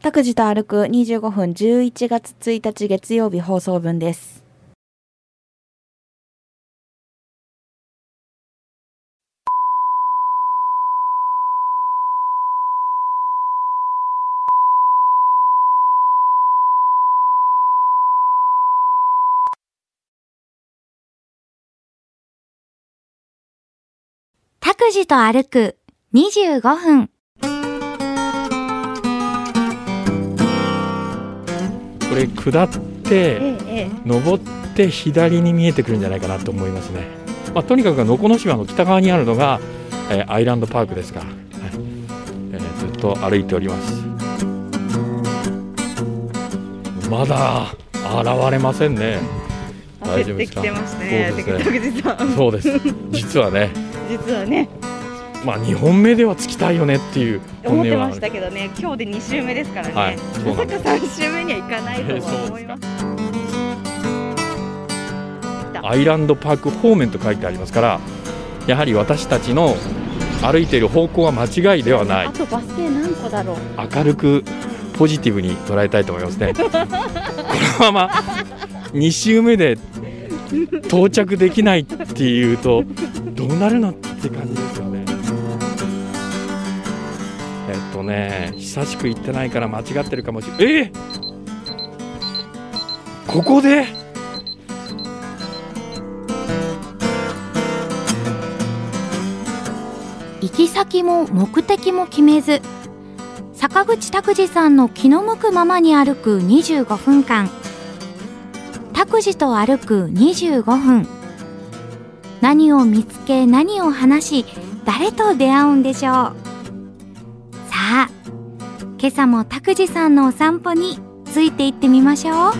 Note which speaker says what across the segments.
Speaker 1: タクジと歩く25分11月1日月曜日放送分です。
Speaker 2: タクジと歩く25分。
Speaker 3: これ下って登って左に見えてくるんじゃないかなと思いますね、まあ、とにかく能古の島の北側にあるのが、えーアイランドパークですから、はいえーずっと歩いておりますまだ現れませんね大丈
Speaker 4: 焦
Speaker 3: 夫
Speaker 4: っ
Speaker 3: で
Speaker 4: て
Speaker 3: す
Speaker 4: き
Speaker 3: か
Speaker 4: てますね。
Speaker 3: そうですそ
Speaker 4: 竹内さん、
Speaker 3: うです実はね
Speaker 4: 実はね、
Speaker 3: まあ2本目ではつきたいよねっていう本
Speaker 4: 思
Speaker 3: 音
Speaker 4: って
Speaker 3: はあ
Speaker 4: ま
Speaker 3: る
Speaker 4: したけどね、今日で2週目ですからね、
Speaker 3: はいそう
Speaker 4: ま
Speaker 3: な
Speaker 4: さ
Speaker 3: ん
Speaker 4: か3週目にはいかないとは思います。
Speaker 3: アイランドパーク方面と書いてありますからやはり私たちの歩いている方向は間違いではない
Speaker 4: あとバス停何個だろう。
Speaker 3: 明るくポジティブに捉えたいと思います ね。このまま2周目で到着できないっていうとどうなるのって感じですよね。えっとね久しく行ってないから間違ってるかもしれない。えーここで
Speaker 2: 行き先も目的も決めず、坂口拓司さんの気の向くままに歩く25分間。拓司と歩く25分。何を見つけ、何を話し、誰と出会うんでしょう。さあ、今朝も拓司さんのお散歩について行ってみましょう。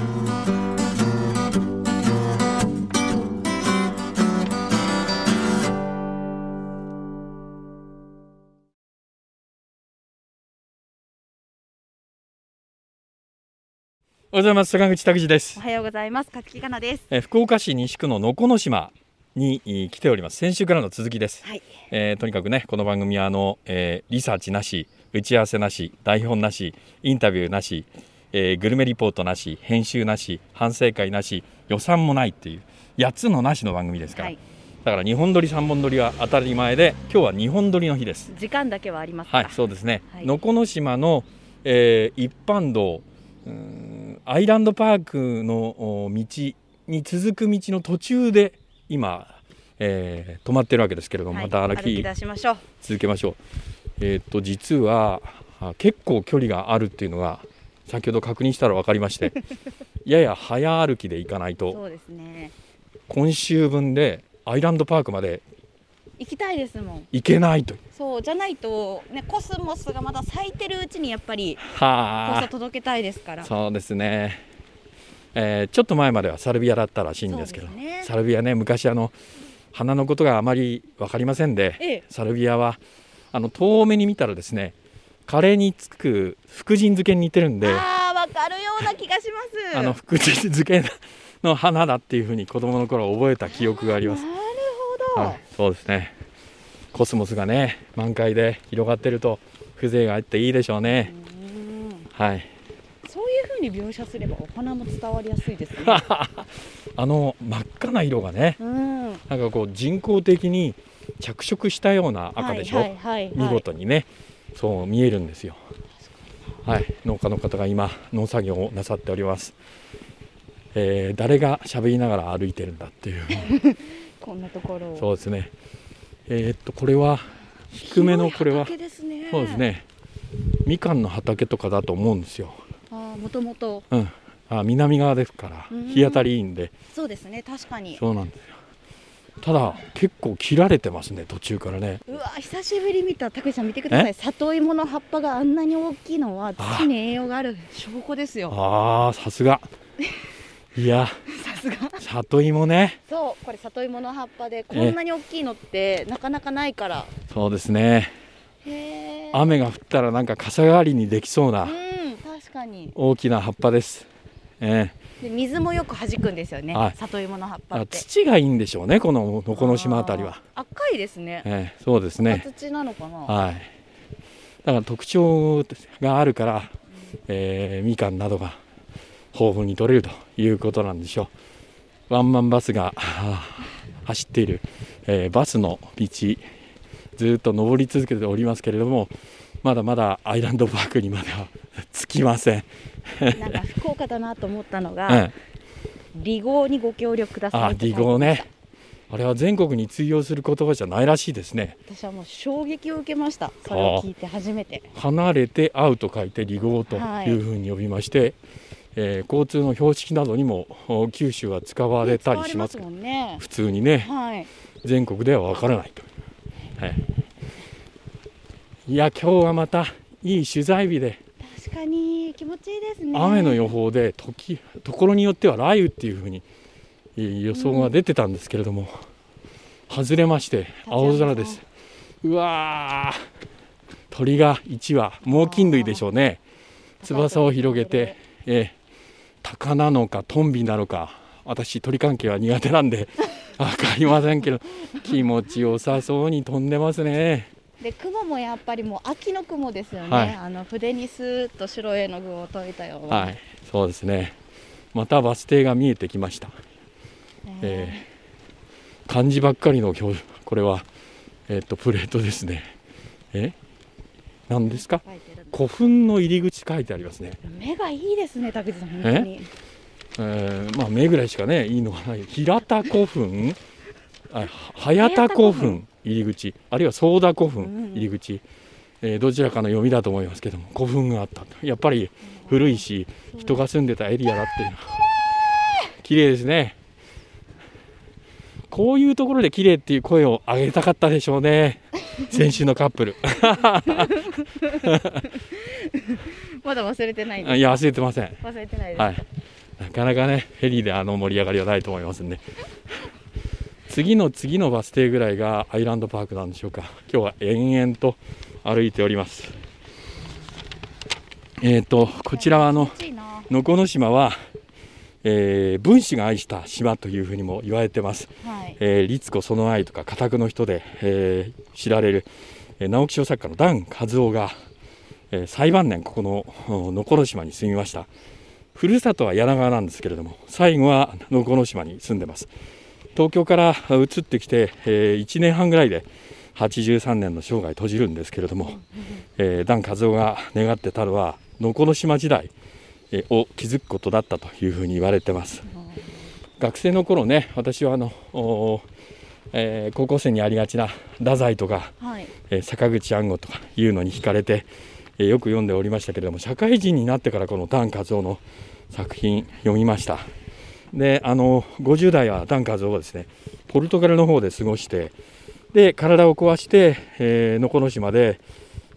Speaker 3: おはようございます坂口拓司です
Speaker 4: お。はようございます。勝木かなです。
Speaker 3: えー福岡市西区の能古の島にえー来ております先週からの続きです、
Speaker 4: はい
Speaker 3: えーとにかくねこの番組はあの、えーリサーチなし打ち合わせなし台本なしインタビューなし、えーグルメリポートなし編集なし反省会なし予算もないっていう8つのなしの番組ですから、
Speaker 4: はい
Speaker 3: だから2本撮り3本撮りは当たり前で今日は2本撮りの日です
Speaker 4: 時間だけはありますか。
Speaker 3: はい、そうですね。
Speaker 4: はい
Speaker 3: 能、古、の島の、えー一般道、うーんアイランドパークのお道に続く道の途中で今、えー止まってるわけですけれども、
Speaker 4: はい
Speaker 3: また歩
Speaker 4: 歩き
Speaker 3: き
Speaker 4: 出しましょう。
Speaker 3: 続けましょう。えーっと実はあ結構距離があるっていうのが先ほど確認したら分かりま して、やや早歩きで行かないと
Speaker 4: そうですね。
Speaker 3: 今週分でアイランドパークまで
Speaker 4: 行きたいですもん。
Speaker 3: 行けないという。
Speaker 4: そうじゃないとねコスモスがまだ咲いてるうちにやっぱり
Speaker 3: は
Speaker 4: 放送届けたいですから。
Speaker 3: そうですね、えーちょっと前まではサルビアだったらしいんですけど、
Speaker 4: そうですね
Speaker 3: サルビアね昔あの花のことがあまり分かりませんで、
Speaker 4: ええ
Speaker 3: サルビアはあの遠目に見たらですねカレーにつく福神漬けに似てるんであ
Speaker 4: ああわかるような気がします。
Speaker 3: の福神漬けの花だっていうふうに子供の頃覚えた記憶があります
Speaker 4: なるほど。
Speaker 3: はい、そうですねコスモスがね満開で広がってると風情があっていいでしょうね、
Speaker 4: うん
Speaker 3: はい
Speaker 4: そういう風に描写すればお花も伝わりやす いですね。
Speaker 3: あの真っ赤な色がね
Speaker 4: うん。
Speaker 3: なんかこう人工的に着色したような赤でしょ、
Speaker 4: はいはいはい、はい。
Speaker 3: 見事にねそう見えるんですよはい農家の方が今農作業をなさっております、えー誰が喋りながら歩いてるんだって いう
Speaker 4: こんなところを。
Speaker 3: そうですねえーっとこれは低めのこれは
Speaker 4: 広い畑ですね。
Speaker 3: そうです。ねみかんの畑とかだと思うんですよ
Speaker 4: ああ元々
Speaker 3: うんあ南側ですから
Speaker 4: うん
Speaker 3: 日当たりいいんで
Speaker 4: そうですね確かに。
Speaker 3: そうなんですよただ結構切られてますね途中からね
Speaker 4: うわ久しぶりに見たたけちゃん見てくださ
Speaker 3: え
Speaker 4: い里芋の葉っぱがあんなに大きいのは土に栄養がある証拠ですよ。
Speaker 3: ああさす がいや
Speaker 4: さすが。
Speaker 3: 里芋ね
Speaker 4: そうこれ里芋の葉っぱでこんなに大きいのってなかなかないから。
Speaker 3: そうですね
Speaker 4: へえ。
Speaker 3: 雨が降ったらなんか傘代わりにできそうな
Speaker 4: うん確かに。
Speaker 3: 大きな葉っぱです、ええ
Speaker 4: で水もよく弾くんですよね、
Speaker 3: はい
Speaker 4: 里芋の葉っぱ
Speaker 3: あ
Speaker 4: って。
Speaker 3: 土がいいんでしょうねこの能古の島あたりは、
Speaker 4: あー。赤いですね。
Speaker 3: ええそうですね
Speaker 4: 土なのかな。
Speaker 3: はいだから特徴があるからえーみかんなどが豊富に取れるということなんでしょうワンマンバスが あー走っている、えーバスの道ずっと登り続けておりますけれどもまだまだアイランドパークにまでは 着きません、
Speaker 4: なんか福岡だなと思ったの
Speaker 3: う
Speaker 4: が、
Speaker 3: ん
Speaker 4: 離合にご協力くださ
Speaker 3: あ
Speaker 4: いって書い
Speaker 3: 離
Speaker 4: てあった
Speaker 3: 合ねあれは全国に通用する言葉じゃないらしいですね
Speaker 4: 私はもう衝撃を受けましたそれを聞いて初めて
Speaker 3: 離れて会うと書いて離合というふうに呼びまして、えー交通の標識などにもお九州は使われたりします
Speaker 4: 使
Speaker 3: け
Speaker 4: わ
Speaker 3: ど
Speaker 4: れもんね
Speaker 3: 普通にね
Speaker 4: はい
Speaker 3: 全国ではわからないと、はい、いや今日はまたいい取材日で
Speaker 4: 確かに気持ちいいですね
Speaker 3: 雨の予報で時ところによっては雷雨っていうふうにえー予想が出てたんですけれども、外れまして青空ですうわー鳥が1羽猛禽類でしょうね翼を広げて、えー、鷹なのかトンビなのか私鳥関係は苦手 なんでわかりませんけど気持ちよさそうに飛んでますね
Speaker 4: で雲もやっぱりもう秋の雲ですよね、
Speaker 3: はい
Speaker 4: あの筆にスーッと白い絵の具を溶いたような、
Speaker 3: はいそうですねまたバス停が見えてきましたえー漢字ばっかりの表これは、えーっとプレートですね。え何ですか
Speaker 4: 書いてるんだ
Speaker 3: 古墳の入り口書いてありますね。
Speaker 4: 目がいいですね拓司さん本当に
Speaker 3: えーまあ目ぐらいしかねいいのがない平田古墳あは早田古墳入り口あるいは早田古墳入り口、えーどちらかの読みだと思いますけども古墳があったとやっぱり古いし人が住んでたエリアだっていうのは綺麗ですねこういうところで綺麗っていう声を上げたかったでしょう ね先週のカップル
Speaker 4: まだ忘れてないん
Speaker 3: あ
Speaker 4: で
Speaker 3: いや忘れてません
Speaker 4: 忘れてないです、
Speaker 3: はい、なかなかね、フェリーであの盛り上がりはないと思いますんで、次の次のバス停ぐらいがアイランドパークなんでしょうか、今日は延々と歩いております。えー、とこちらはあの
Speaker 4: 暑いな
Speaker 3: 能古の島は、えー文士が愛した島というふうにも言われてます。
Speaker 4: はい
Speaker 3: えー、律子その愛とか家宅の人で、えー知られる、えー直木賞作家の段和夫が、えー最晩年ここのお能古島に住みましたふるさとは柳川なんですけれども最後は能古島に住んでます東京からあ移ってきて、え1年半ぐらいで83年の生涯閉じるんですけれども、えー、段和夫が願ってたのは能古島時代えーを築くことだったというふうに言われてます学生の頃ね私はあの、おえー高校生にありがちな太宰とか、
Speaker 4: はい
Speaker 3: えー坂口安吾とかいうのに惹かれて、えーよく読んでおりましたけれども社会人になってからこの段和夫の作品読みましたであの50代は段和夫はですねポルトガルの方で過ごしてで体を壊してえー能古、の島で、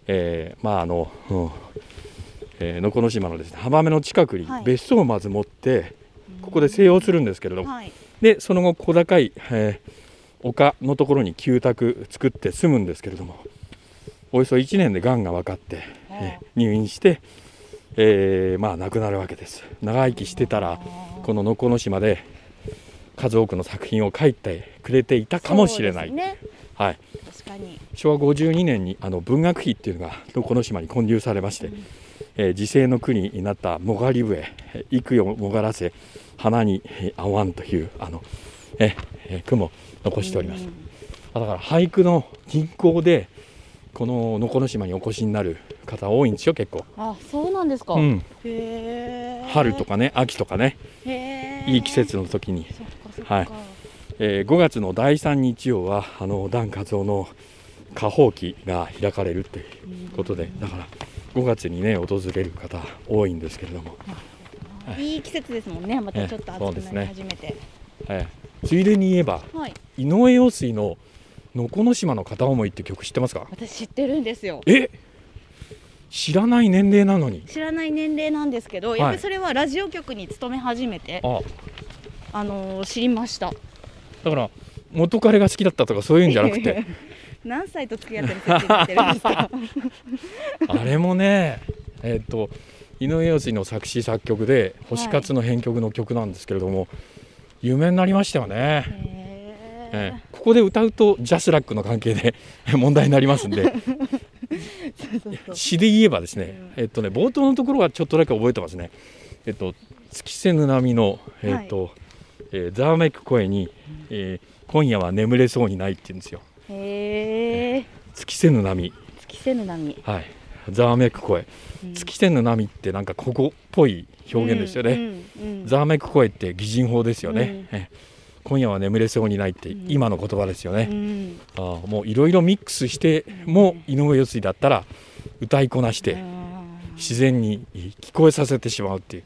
Speaker 3: えーまああのうんえー能古、の島のですね浜辺の近くに
Speaker 4: はい
Speaker 3: 別荘をまず持って、ここで静養するんですけれども、
Speaker 4: はい
Speaker 3: でその後小高い、えー丘のところに旧宅作って住むんですけれどもおよそ1年でがんが分かって、えー入院して、えーまあ亡くなるわけです長生きしてたらこの能古の島で数多くの作品を書いてくれていたかもしれない、
Speaker 4: そうですね
Speaker 3: はい、
Speaker 4: 確かに
Speaker 3: 昭和52年にあの文学碑っていうのが能古の島に建立されまして、えー自生の国になったもがり笛えー幾をもがらせ花にえー合わんというあの、えーえー句も残しております、だから俳句の人口でこの能古の島にお越しになる方多いんですよ結構、
Speaker 4: あそうなんですか、
Speaker 3: うん、
Speaker 4: へー
Speaker 3: 春とかね秋とかね
Speaker 4: へー
Speaker 3: いい季節の時に、
Speaker 4: そっかそっか、
Speaker 3: はいえー5月の第3日曜はあの段和夫の下放期が開かれるということでだから5月にね訪れる方多いんですけれども、
Speaker 4: いい季節ですもんねまたちょっと
Speaker 3: ええそう
Speaker 4: 暑
Speaker 3: です
Speaker 4: く
Speaker 3: ね
Speaker 4: なり始めて、
Speaker 3: えーついでに言えば
Speaker 4: はい
Speaker 3: 井上陽水の「のこの島の片思い」って曲知ってますか
Speaker 4: 私知ってるんですよ
Speaker 3: え知らない年齢なのに
Speaker 4: 知らない年齢なんですけど、
Speaker 3: い
Speaker 4: やっぱりそれはラジオ局に勤め始めて、
Speaker 3: あ
Speaker 4: あのー知りました。
Speaker 3: だから元彼が好きだったとかそういうんじゃなくて
Speaker 4: 何歳と付き合ってる設定になってるんですか。
Speaker 3: あれもねえっ、と井上陽水の作詞作曲で「星勝」の編曲の曲なんですけれども、有名になりましたよね。
Speaker 4: へー
Speaker 3: ええここで歌うとジャスラックの関係で問題になりますんで
Speaker 4: そうそうそう
Speaker 3: 詩で言えばですね、えっとね、冒頭のところはちょっとだけ覚えてますね。えっと、尽きせぬ波の、えっと、えーざわめく声に、えー今夜は眠れそうにないって言うんですよ。
Speaker 4: へえ
Speaker 3: 尽きせぬ波、
Speaker 4: 尽きせぬ波
Speaker 3: はい、ざわめく声、
Speaker 4: うん
Speaker 3: 尽きせぬ波ってなんかここっぽい表現ですよね。
Speaker 4: うんうんうん
Speaker 3: ざわめく声って擬人法ですよね。え今夜は眠れそうにないって
Speaker 4: うん
Speaker 3: 今の言葉ですよね
Speaker 4: う。ん
Speaker 3: あーもういろいろミックスしても井上陽水だったら歌いこなして。
Speaker 4: あー
Speaker 3: 自然に聞こえさせてしまうっていう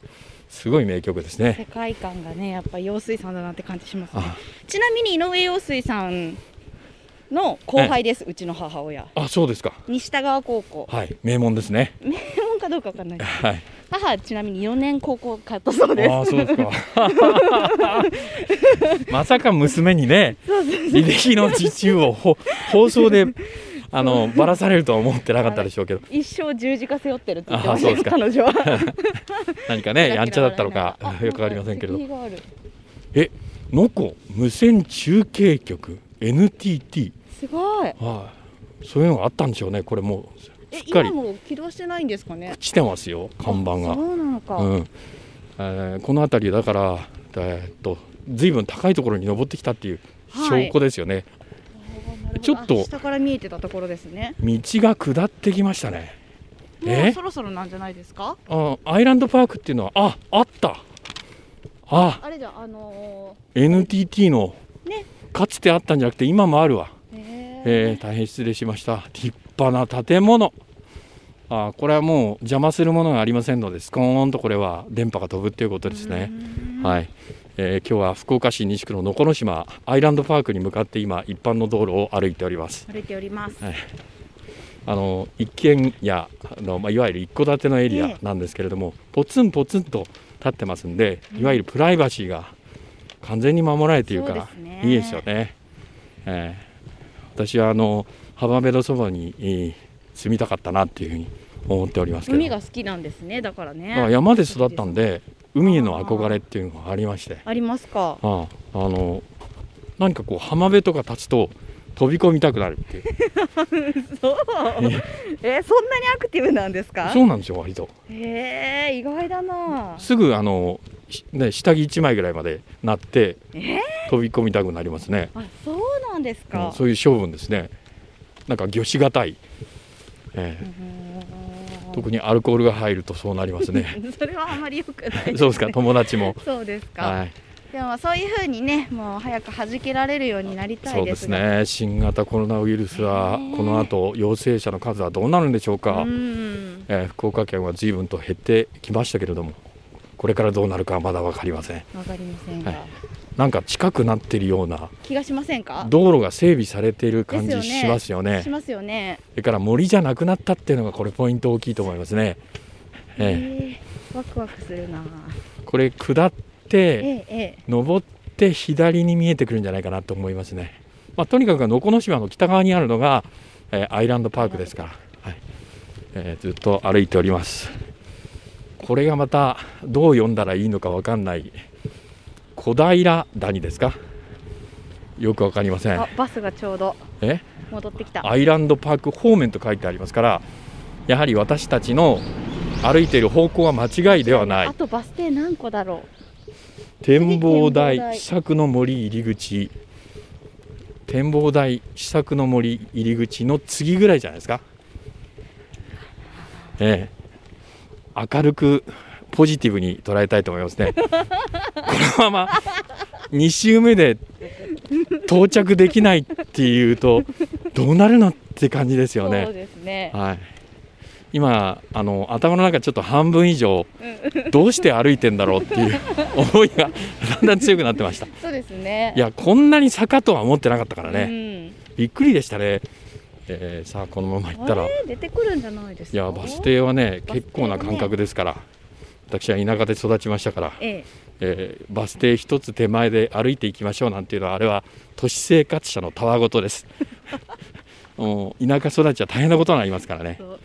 Speaker 3: すごい名曲ですね
Speaker 4: 世。界観がねやっぱ陽水さんだなって感じしますね
Speaker 3: あ
Speaker 4: ちなみに井上陽水さんの後輩ですうちの母親
Speaker 3: あそうですか。
Speaker 4: 西田川高校
Speaker 3: はい名門ですね。
Speaker 4: 専門かどうかわかんないです
Speaker 3: はい。
Speaker 4: 母はちなみに4年高校通ったそうです
Speaker 3: ああそうですか。 まさか娘にね履歴の自中をほ放送 であのばらされるとは思ってなかったでしょうけど
Speaker 4: 一生十字架背負ってるって言ってま
Speaker 3: あそうで
Speaker 4: し
Speaker 3: す
Speaker 4: た
Speaker 3: か
Speaker 4: よ彼女は
Speaker 3: 何かねやんちゃだったのか
Speaker 4: あ
Speaker 3: よくわかりませんけれど
Speaker 4: なんか石碑がある
Speaker 3: えのこ無線中継局 NTT
Speaker 4: すごい
Speaker 3: はいそういうのがあったんでしょうねこれもう
Speaker 4: え
Speaker 3: すっか
Speaker 4: 今
Speaker 3: り
Speaker 4: も起動してないんですかね
Speaker 3: 朽ちてますよ看板が
Speaker 4: そ。うなのか、
Speaker 3: うんえーこの辺りだから、えーっと随分高いところに登ってきたっていう
Speaker 4: はい
Speaker 3: 証拠ですよね、ちょっと
Speaker 4: あ下から見えてたところですね
Speaker 3: 道が下ってきましたね
Speaker 4: も
Speaker 3: え
Speaker 4: うそろそろなんじゃないですか
Speaker 3: あアイランドパークっていうのはああったあ
Speaker 4: あれじゃあの
Speaker 3: NTT の
Speaker 4: ね
Speaker 3: かつてあったんじゃなくて今もあるわ、
Speaker 4: ーえー
Speaker 3: えー大変失礼しました立派な建物あーこれはもう邪魔するものがありませんのでスコーンとこれは電波が飛ぶっていうことですね、はい、えー今日は福岡市西区の能古の島アイランドパークに向かって今一般の道路を歩いております
Speaker 4: 歩いております
Speaker 3: あの一軒家あの、まあ、いわゆる一戸建てのエリ
Speaker 4: ええ
Speaker 3: アなんですけれども、ポツンポツンと立ってますんでいわゆるプライバシーが完全に守られているから、
Speaker 4: そうですね
Speaker 3: いいですよね、えー私はあの浜辺のそばに、えー住みたかったなっていうふうに思っておりますけど
Speaker 4: 海が好きなんですねだからね
Speaker 3: まあ山で育ったんで海への憧れっていうのがありまして
Speaker 4: ありますか
Speaker 3: あああの何かこう浜辺とか立つと飛び込みたくなるっていう
Speaker 4: そうえーそんなにアクティブなんですか
Speaker 3: そうなんですよ割と
Speaker 4: へえ意外だな
Speaker 3: すぐあの、しね、下着1枚ぐらいまでなって飛び込みたくなりますね、
Speaker 4: あそうなんです
Speaker 3: う
Speaker 4: か
Speaker 3: ん、そういう性分ですねなんか魚しがたい、ええ特にアルコールが入るとそうなります ね
Speaker 4: にそれはあまり良くない
Speaker 3: そうですか友達も
Speaker 4: そうですか、
Speaker 3: はい
Speaker 4: でもそういう風にねもう早く弾けられるようになりた
Speaker 3: そ
Speaker 4: いう
Speaker 3: で
Speaker 4: ですすね
Speaker 3: ね新型コロナウイルスはこの後陽性者の数はどうなるんでしょうか、
Speaker 4: うん
Speaker 3: えー福岡県は随分と減ってきましたけれどもこれからどうなるかはまだ分かりません
Speaker 4: わかりませんが、
Speaker 3: はいなんか近くなってるような
Speaker 4: 気がしませんか
Speaker 3: 道路が整備されている感じ
Speaker 4: ですよね
Speaker 3: しますよね
Speaker 4: しますよね
Speaker 3: それから森じゃなくなったっていうのがこれポイント大きいと思いますね、え
Speaker 4: えーワクワクするな
Speaker 3: ーこれ下って
Speaker 4: えええ
Speaker 3: 登って左に見えてくるんじゃないかなと思いますね、まあ、とにかく能古の島の北側にあるのが、えーアイランドパークですから、はいえーずっと歩いておりますこれがまたどう読んだらいいのかわかんない小平谷ですかよくわかりませ
Speaker 4: え
Speaker 3: ん
Speaker 4: あバスがちょうど
Speaker 3: え
Speaker 4: 戻ってきた
Speaker 3: アイランドパーク方面と書いてありますからやはり私たちの歩いている方向は間違いではない
Speaker 4: あとバス停何個だろ
Speaker 3: 展望
Speaker 4: 展望台
Speaker 3: 台秘策の森入り口展望台秘策の森入り口の次ぐらいじゃないですか、ええ、明るくポジティブに捉えたいと思いますねこのまま2周目で到着できないっていうとどうなるのって感じです
Speaker 4: う
Speaker 3: よね
Speaker 4: そうですね
Speaker 3: はい、今あの頭の中ちょっと半分以上どうして歩いてんだろうっていう思いがだんだん強くなってましたい
Speaker 4: そうですね
Speaker 3: やこんなに坂とは思ってなかったからね、
Speaker 4: ね、
Speaker 3: びっくりでしたね、えーさあこのまま
Speaker 4: う
Speaker 3: 行
Speaker 4: ん、
Speaker 3: ったら
Speaker 4: あ
Speaker 3: い
Speaker 4: れ出てくるんじゃないですか
Speaker 3: やバス停はね
Speaker 4: バス停ね
Speaker 3: 結構な間隔ですから私は田舎で育ちましたから、
Speaker 4: ええ
Speaker 3: えーバス停一つ手前で歩いていきましょうなんていうのはあれは都市生活者のたわごとですもう田舎育ちは大変なことになりますからね
Speaker 4: そう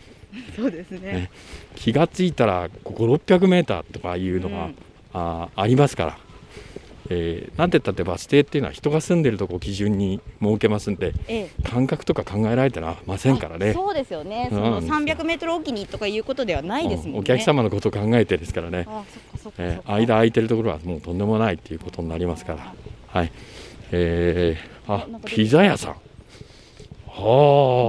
Speaker 4: そうですね
Speaker 3: ね気がついたらここ600メーターとかいうのが、
Speaker 4: うん
Speaker 3: あーありますから、えーなんて言ったってバス停っていうのは人が住んでるとこを基準に設けますんで
Speaker 4: え
Speaker 3: 感覚とか考えられてらませんから
Speaker 4: え、
Speaker 3: ね
Speaker 4: そうですよね、
Speaker 3: う
Speaker 4: そ
Speaker 3: ん
Speaker 4: の300メートルおきにとかいうことではないですもん
Speaker 3: うん
Speaker 4: ね。
Speaker 3: お客様のことを考えてですからね、
Speaker 4: あそっかそっか
Speaker 3: え
Speaker 4: そっ
Speaker 3: ー
Speaker 4: か
Speaker 3: 間空いてるところはもうとんでもないっていうことになりますからはいえーあピザ屋さんはあ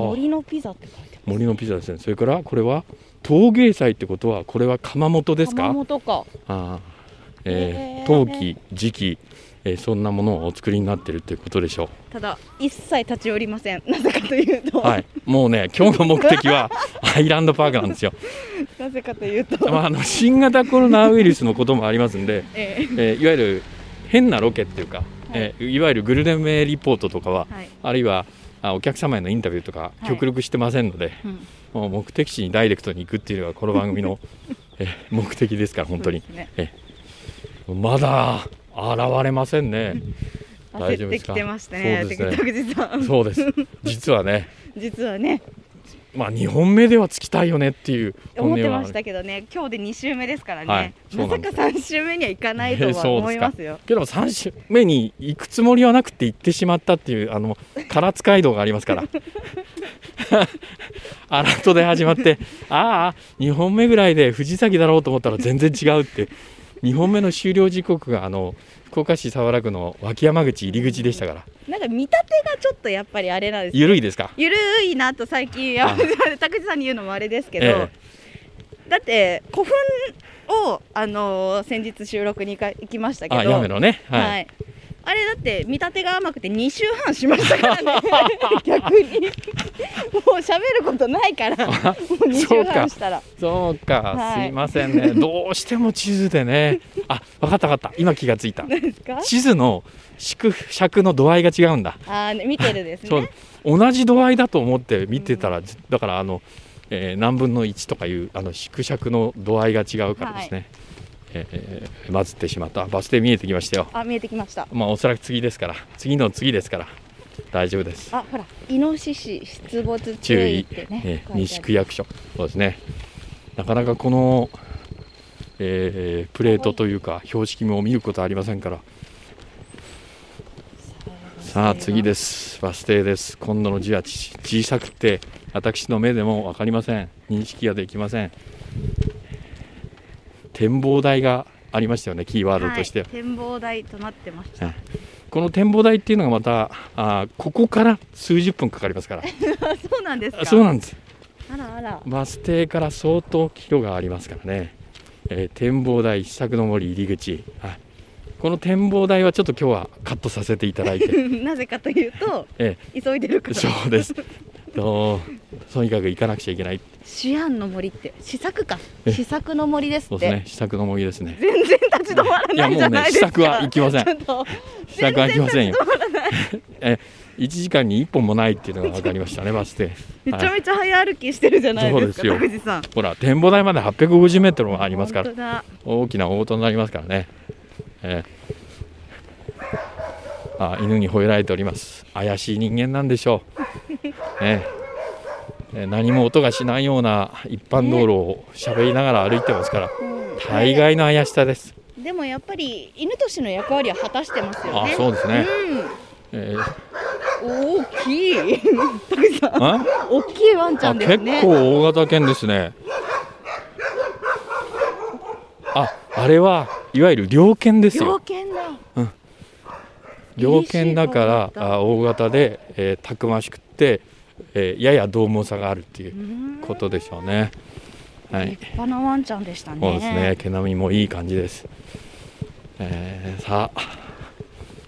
Speaker 4: 森のピザって書いてます。
Speaker 3: 森のピザですねそれからこれは陶芸祭ってことはこれは窯元ですか
Speaker 4: 窯元か。
Speaker 3: ああえー、
Speaker 4: えー
Speaker 3: 陶器、磁器、えーそんなものをお作りになってるっていうことでしょ
Speaker 4: ただ一切立ち寄りません。 なぜかというと、
Speaker 3: う。はい、もうね、今日の目的は アイランドパークなんですよ。
Speaker 4: なぜかというと、
Speaker 3: まあ、あの新型コロナウイルスのこともありますんで、
Speaker 4: え
Speaker 3: えーいわゆる変なロケっていうか、えーいわゆるグルメリポートとかは
Speaker 4: え、、はい。
Speaker 3: あるいはあお客様へのインタビューとか、
Speaker 4: はい
Speaker 3: 極力してませんので、
Speaker 4: うん
Speaker 3: もう目的地にダイレクトに行くっていうのがこの番組の、 えー目的ですから、本当に
Speaker 4: そ。うですね
Speaker 3: まだ現れませんね。大丈夫
Speaker 4: 焦っ
Speaker 3: で
Speaker 4: て
Speaker 3: す
Speaker 4: き
Speaker 3: か
Speaker 4: てました
Speaker 3: そ
Speaker 4: ね。
Speaker 3: うですね
Speaker 4: テクテクジさん。
Speaker 3: そうです。実はね、
Speaker 4: 実はね、
Speaker 3: まあ2本目ではつきたいよねっていう本
Speaker 4: 思っ
Speaker 3: 音
Speaker 4: て
Speaker 3: はあ
Speaker 4: ま
Speaker 3: る
Speaker 4: したけどね、今日で二週目ですからね。
Speaker 3: はいそうな
Speaker 4: まさ
Speaker 3: んで
Speaker 4: か
Speaker 3: す
Speaker 4: 三週目にはいかないと
Speaker 3: えー
Speaker 4: は
Speaker 3: そう
Speaker 4: 思
Speaker 3: です
Speaker 4: い
Speaker 3: か
Speaker 4: ますよ。
Speaker 3: けども3週目に行くつもりはなくて行ってしまったっていうあの唐津街道がありますから アラートで始まってああ2本目ぐらいで藤崎だろうと思ったら全然違うって2本目の終了時刻があの福岡市早良区の脇山口入り口でしたから
Speaker 4: なんか見立てがちょっとやっぱりあれなんですよ。
Speaker 3: 緩いですか
Speaker 4: ゆるいなと最近
Speaker 3: あ
Speaker 4: 山田拓司さんに言うのもあれですけど、
Speaker 3: え
Speaker 4: だって古墳をあのー先日収録に行か行きましたけど
Speaker 3: あやめろね
Speaker 4: はい、
Speaker 3: はい、
Speaker 4: あれだって見立てが甘くて2週半しまし たからね逆にもう喋ることないからもう2
Speaker 3: そう
Speaker 4: 週
Speaker 3: か
Speaker 4: 半したら
Speaker 3: そうか、
Speaker 4: は
Speaker 3: す
Speaker 4: い
Speaker 3: いませんねどうしても地図でねあ分かった分かった今気がつい た
Speaker 4: 何ですか
Speaker 3: 地図の縮尺の度合いが違うんだ、
Speaker 4: あー見てるです
Speaker 3: そう
Speaker 4: ね
Speaker 3: 同じ度合いだと思って見てたら、ずだからあの、えー何分の1とかいうあの縮尺の度合いが違うからですね、えーえー混ぜてしまったあバス停見えてきましたよ
Speaker 4: あ見えてきました
Speaker 3: まあおそらく次ですから次の次ですから大丈夫です
Speaker 4: あほらイノシシ出没注
Speaker 3: 注意
Speaker 4: 意ってね
Speaker 3: えー
Speaker 4: 書いてある
Speaker 3: 西区役所そうですねなかなかこの、えープレートというか標識も見ることありませんからさあ次ですバス停です今度の字はち小さくて私の目でも分かりません認識ができません展望台がありましたよねキーワードとしては、
Speaker 4: はい、展望台となってました
Speaker 3: はいこの展望台っていうのがまたあーここから数十分かかりますから
Speaker 4: あ そうなんですか
Speaker 3: あそうなんです
Speaker 4: あらあら
Speaker 3: バス停から相当キロがありますからね、えー展望台一作の森入り口、はい、この展望台はちょっと今日はカットさせていただい て、
Speaker 4: なぜかというと、
Speaker 3: え
Speaker 4: 急いでるか
Speaker 3: ー
Speaker 4: ら。
Speaker 3: そうですととにかく行かなくちゃいけない
Speaker 4: シアンの森って、試作か。
Speaker 3: え
Speaker 4: 試作の森です
Speaker 3: そう
Speaker 4: っ
Speaker 3: です
Speaker 4: て。
Speaker 3: ね試作の森ですね
Speaker 4: 全然立ち止まら
Speaker 3: いや
Speaker 4: ないじ
Speaker 3: もう
Speaker 4: ゃな
Speaker 3: ね
Speaker 4: いで
Speaker 3: 試
Speaker 4: すか。
Speaker 3: 作は行きません
Speaker 4: ちょっと
Speaker 3: 試作は行きませんよえー、1時間に1本もないっていうのが分かりましたねバス停、
Speaker 4: めちゃ
Speaker 3: はい、
Speaker 4: めちゃ早歩きしてるじゃないですか、
Speaker 3: そう
Speaker 4: 拓
Speaker 3: です
Speaker 4: 司さん。
Speaker 3: ほら展望台まで850メートルもありますから
Speaker 4: 本当だ
Speaker 3: 大きな大音になりますからね、ええあ犬に吠えられております怪しい人間なんでしょ う、ねええ何も音がしないような一般道路を喋りながら歩いてますから
Speaker 4: うん
Speaker 3: 大概の怪しさです、
Speaker 4: でもやっぱり犬としての役割は果たしてますよね。
Speaker 3: あそうですね、ええ
Speaker 4: うん。大きい。拓司さん。
Speaker 3: あ
Speaker 4: 大きいワンちゃ
Speaker 3: あ
Speaker 4: んです
Speaker 3: 結
Speaker 4: ね。
Speaker 3: 構大型犬ですねああれはいわゆる猟犬ですよ
Speaker 4: 猟犬だ。
Speaker 3: 猟犬だか
Speaker 4: 厳しい
Speaker 3: らあ大型で、えーたくましくって、えーやや獰猛さがあるっていううんことでしょうね。はい
Speaker 4: 立、派なワンちゃんでしたね。
Speaker 3: そうですね。毛並みもいい感じです。えーさあ。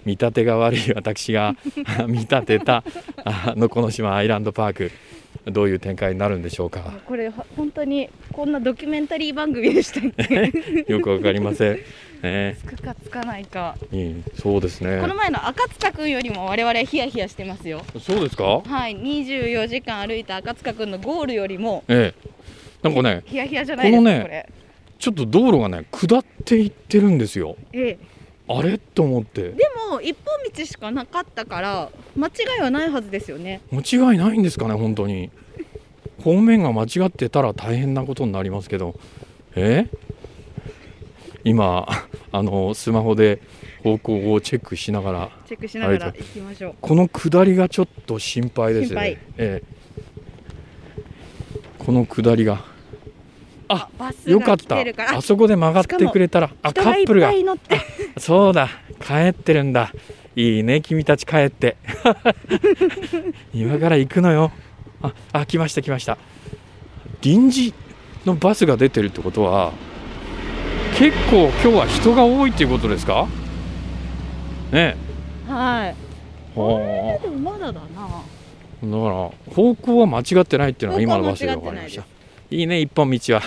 Speaker 3: 見立てが悪い 私が見立てたあのこの島アイランドパークどういう展開になるんでしょうか
Speaker 4: これほ本当にこんなドキュメンタリー番組でしたっ け
Speaker 3: よくわかりません ね
Speaker 4: つくかつかないか、
Speaker 3: うんそうですね
Speaker 4: この前の赤塚くんよりも我々ヒヤヒヤしてますよ
Speaker 3: そうですか
Speaker 4: はい24時間歩いた赤塚くんのゴールよりも
Speaker 3: ええなんかね
Speaker 4: ヒヤヒヤじゃないです
Speaker 3: こ
Speaker 4: か
Speaker 3: の
Speaker 4: こ,、
Speaker 3: ね
Speaker 4: れ
Speaker 3: ちょっと道路がね下っていってるんですよ
Speaker 4: ええ
Speaker 3: あれと思って
Speaker 4: でも一本道しかなかったから間違いはないはずですよね
Speaker 3: 間違いないんですかね本当に方面が間違ってたら大変なことになりますけどえ今あのスマホで方向をチェックしながら
Speaker 4: チェックしながら
Speaker 3: はい
Speaker 4: 行きましょう。
Speaker 3: この下りがちょっと心配です
Speaker 4: 心
Speaker 3: ね
Speaker 4: 配、
Speaker 3: ええ、この下りが
Speaker 4: バス
Speaker 3: よか
Speaker 4: が
Speaker 3: っ
Speaker 4: 来
Speaker 3: た
Speaker 4: てるから、
Speaker 3: あ
Speaker 4: あ
Speaker 3: そこで曲がってくれたらあ
Speaker 4: 人
Speaker 3: カ
Speaker 4: がい
Speaker 3: ッ
Speaker 4: っ
Speaker 3: プルが
Speaker 4: ぱい 乗って、
Speaker 3: そうだ帰ってるんだいいね君たち帰って 今から行くのよああ来ました来ました臨時のバスが出てるってことは結構今日は人が多いっていうことですかね
Speaker 4: はい。
Speaker 3: えほ
Speaker 4: でもまだだな。
Speaker 3: うだから方向は間違ってないっていうのが今のバスで
Speaker 4: 方
Speaker 3: 分
Speaker 4: 向
Speaker 3: かりま
Speaker 4: は間違ってない
Speaker 3: し
Speaker 4: で
Speaker 3: た
Speaker 4: す
Speaker 3: いいね一本道は、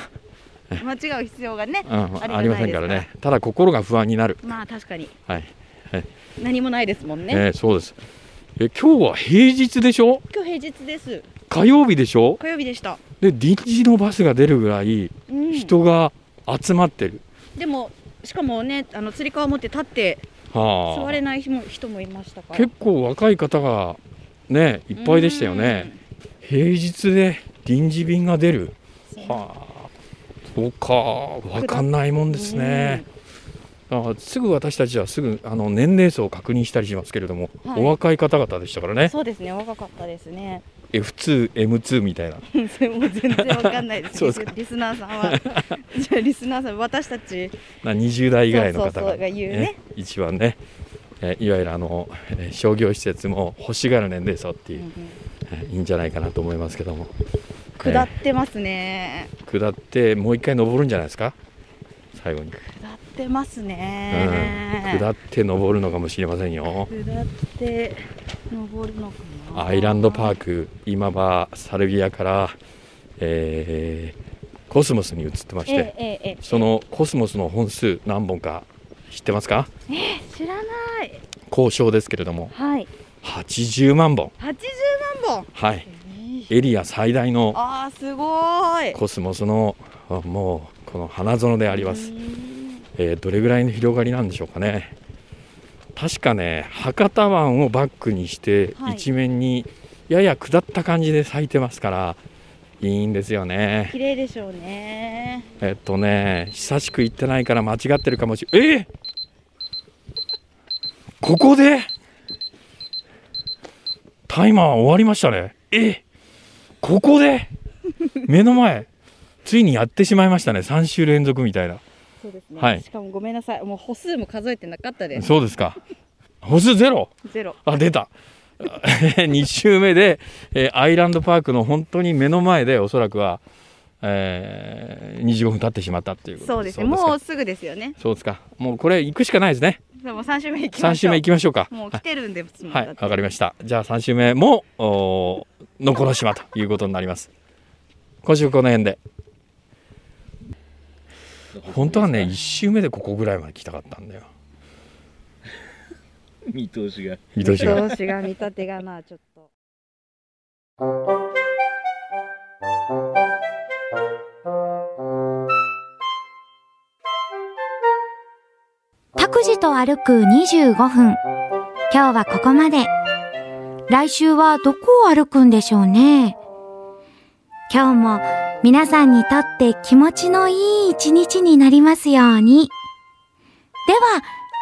Speaker 4: 間違う必要がね。
Speaker 3: うん、あ
Speaker 4: あ
Speaker 3: り
Speaker 4: り
Speaker 3: ま
Speaker 4: ま
Speaker 3: せ
Speaker 4: せ
Speaker 3: ん
Speaker 4: ん
Speaker 3: か
Speaker 4: からら
Speaker 3: ねただ心が不安になる
Speaker 4: まあ確かに
Speaker 3: はい
Speaker 4: 何もないですもんね。
Speaker 3: ええそうですえ今日は平日でしょ
Speaker 4: 今日平日です。
Speaker 3: 火曜日でしょ
Speaker 4: 火曜日でした。
Speaker 3: で臨時のバスが出るぐらい
Speaker 4: うん
Speaker 3: 人が集まってる、
Speaker 4: でもしかもねあの釣り革持って立って
Speaker 3: はあ
Speaker 4: 座れない人も人もいましたから。
Speaker 3: 結構若い方がねいっぱいでしたよね平日で臨時便が出る
Speaker 4: うん。
Speaker 3: はあそうかわかんないもんですね、あすぐ私たちはすぐあの年齢層を確認したりしますけれども、
Speaker 4: はい
Speaker 3: お若い方々でしたから
Speaker 4: うん。
Speaker 3: ね
Speaker 4: そうですね若かったですね。
Speaker 3: F2M2 みたいな
Speaker 4: それもう全然わかんないです。
Speaker 3: そうですか
Speaker 4: リスナーさんは、 じゃあリスナーさん私たち
Speaker 3: な20代以外の方
Speaker 4: そうそうそ
Speaker 3: が
Speaker 4: うが言うね
Speaker 3: 一番ね、えいわゆるあの、え商業施設も欲しがる年齢層っていう、えいいんじゃないかなと思いますけども
Speaker 4: 下ってますね。
Speaker 3: え下ってもう一回登るんじゃないですか最後に、
Speaker 4: 下ってます
Speaker 3: うん、
Speaker 4: ね。
Speaker 3: 下って登るのかもしれませんよ
Speaker 4: 下って登るのかな。
Speaker 3: アイランドパー
Speaker 4: ク。
Speaker 3: ク今はサルビアから、えーコスモスに移ってまし
Speaker 4: ええ
Speaker 3: て、
Speaker 4: ええええ
Speaker 3: そのコスモスの本数何本か知ってますか
Speaker 4: 知らない。
Speaker 3: 交渉ですけれども
Speaker 4: はい。
Speaker 3: 80万本
Speaker 4: 八十万本。
Speaker 3: はいエリア最大の
Speaker 4: ああすごい。
Speaker 3: コスモスのあもうこの花園であります
Speaker 4: う、ん
Speaker 3: えーどれぐらいの広がりなんでしょうかね確かね博多湾をバックにして
Speaker 4: はい
Speaker 3: 一面にやや下った感じで咲いてますからいいんですよね
Speaker 4: 綺麗でしょうね。
Speaker 3: えっとね久しく行ってないから間違ってるかもしれえーここでタイマー終わりましたねえーここで目の前ついにやってしまいましたね3週連続みたいな
Speaker 4: そうですね。
Speaker 3: はい
Speaker 4: しかもごめんなさい。もう歩数も数えてなかっ たです。
Speaker 3: そうですか。歩数ゼロ。
Speaker 4: ゼロ。
Speaker 3: あ、出た。2週目で、えーアイランドパークの本当に目の前でおそらくは、えー、25分経ってしまったっていうこと
Speaker 4: そうですね。
Speaker 3: か
Speaker 4: もうすぐですよね。
Speaker 3: そうですか。もうこれ行くしかないですね。
Speaker 4: そうもう三週目行きましょう。
Speaker 3: 3週目行きましょうか。
Speaker 4: もう来てるんですもん。
Speaker 3: はい、
Speaker 4: だ
Speaker 3: わ
Speaker 4: って
Speaker 3: かりました。じゃあ3週目も、おーのこの島ということになります。今週この辺で。本当はね、1週目でここぐらいまで来たかったんだよ。
Speaker 5: 見通しが。
Speaker 3: 移動しが。
Speaker 4: 動詞が見立てがなちょっと。
Speaker 2: 託児と歩く25分。今日はここまで。来週はどこを歩くんでしょうね。今日も皆さんにとって気持ちのいい一日になりますように。では、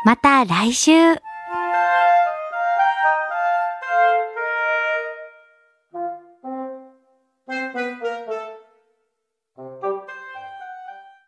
Speaker 2: また来週。